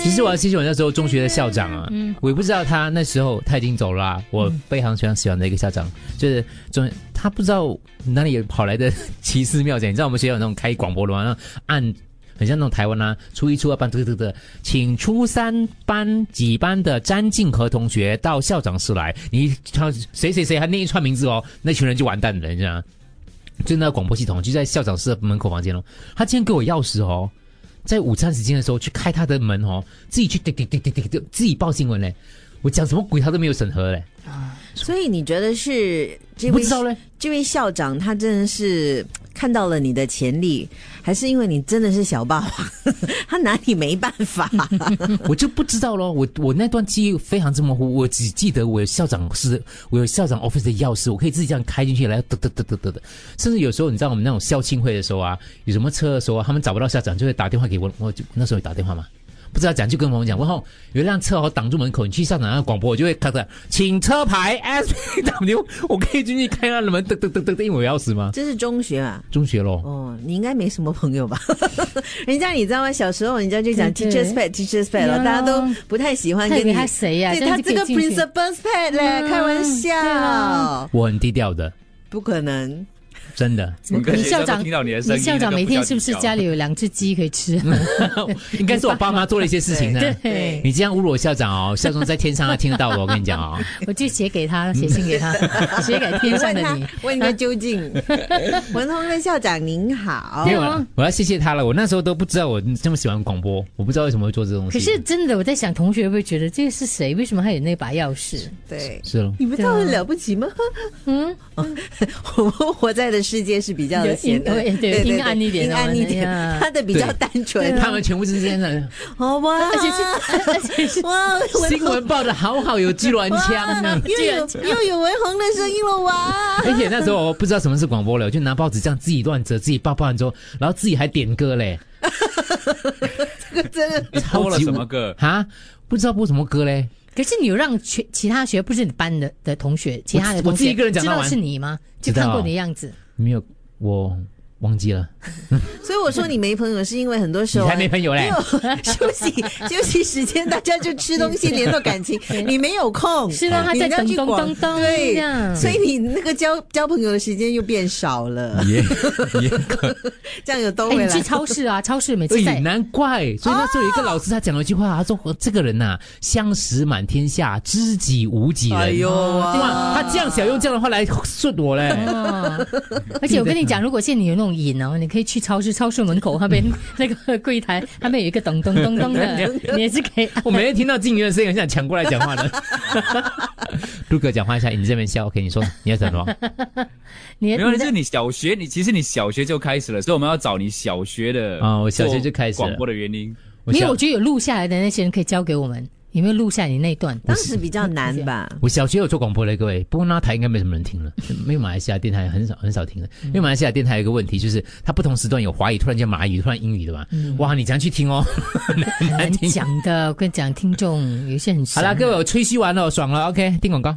其实我要谢谢我那时候中学的校长啊，嗯我也不知道他那时候他已经走了啊、我非常非常喜欢的一个校长，就是中他不知道哪里跑来的奇思妙想，你知道我们学校有那种开广播的嘛，然后按很像那种台湾啊，初一初二班特特的，请初三班几班的詹静和同学到校长室来，你他谁谁谁还念一串名字哦，那群人就完蛋了，你知道吗？就那个广播系统就在校长室的门口房间哦，他今天给我钥匙哦。在午餐时间的时候去开他的门哦，自己去滴滴滴滴滴滴，自己报新闻嘞。我讲什么鬼他都没有审核嘞，所以你觉得是这不位知道嘞。这位校长他真的是看到了你的潜力，还是因为你真的是小霸王， 他拿你没办 法？我就不知道咯。我我那段记忆非常之模糊，我只记得我有校长室，我有校长 office 的钥匙，我可以自己这样开进去，然后得得得得得得。甚至有时候你知道我们那种校庆会的时候啊，有什么车的时候啊，他们找不到校长，就会打电话给我，我就那时候有打电话嘛。不知道讲就跟我们讲，问后有一辆车哦挡住门口，你去校长那广播，我就会咔嚓，请车牌 S P W，我可以进去开他的门，噔噔噔噔噔，因为我有钥匙吗？这是中学啊，中学咯。哦，你应该没什么朋友吧？ 人家你知道吗？小时候人家就讲对 teachers 对 pet teachers pet 啊了，有大家都不太喜欢他以跟为你。他谁呀、对样他就可这以个进去 principal's pet 嘞，嗯开玩对笑啊，我很低调的，不可能。真的，整个你学校校都长听到你的声你音，校长那个每不天叫是不是你家里有两只鸡可以吃？嗯 应该是我爸妈做了一些事情呢。对，你这样侮辱我校长哦，校长在天上他听得到的，我跟 你讲哦。 我就写给他，写信给他，写给天上问的他你。，问个究竟。 文宏的校长您好没，有对啊啊，我要谢谢他了。我那时候都不知道我这么喜欢广播，我不知道为什么会做这东西。可是真的，我在想，同学会不会觉得这个是谁？为什么他有那把钥匙？对。是咯，你不知道很了不起吗？嗯，我们活在的世界是比较的显有阴对阴暗一点阴的暗一点哎呀，他的比较单纯。他们全部之间 的好哇，而且是而且是哇，文新闻报的好好，有机关枪哇 呢。又有又有文宏的声音了哇！而且那时候我不知道什么是广播了，我就拿报纸这样自己乱折，自己报报完之后，然后自己还点歌嘞，真的，超播了级什无么歌？啊？不知道播什么歌嘞？可是你有让全其他学不是你班的的同学，其他的同我自己学一个人讲知到道完是你吗？就知道看过你的样子，没有，我忘记了。所以我说你没朋友，是因为很多时你候还没朋友嘞欸没？有 休息休息时间，大家就吃东西联络感 情，你没有空，是让他你在要噔去噔广噔噔这对，样所以你那个交交朋友的时间又变少了， 耶这样有兜哎，回你来去。超市啊，超市每所次以在难怪，所以那时候有一个老师他讲了一句话，他说：“呃这个人呐、相识满天下，知己无几人。”哎呦哇，哇！他这样想用这样的话来顺我嘞，哦，而且我跟你讲，如果现在你有那种瘾哦，你可以去超市，超市门口那边那个柜台，那边有一个咚咚咚咚的，你也是可以。我每天听到静云的声音，很想抢过来讲话的。陆哥讲话一下，你这边笑，OK？你说你要讲什么？你也没有，就是你小学，你其实你小学就开始了，所以我们要找你小学的啊我小学就开始了做广播的原因。我没有，小我觉得有录下来的那些人可以交给我们，有没有录下你那一段？当时比较难吧？我小学有做广播的，各位，不过那台应该没什么人听了，没有马来西亚电台很少很少听了，因为马来西亚电台有一个问题，就是它不同时段有华语，突然间马来语，突然英语的嘛。哇，你这样去听哦，很很难难听。讲的，我跟你讲，听众有一些很好啦，神各位，我吹嘘完了，我爽了，OK？听广告。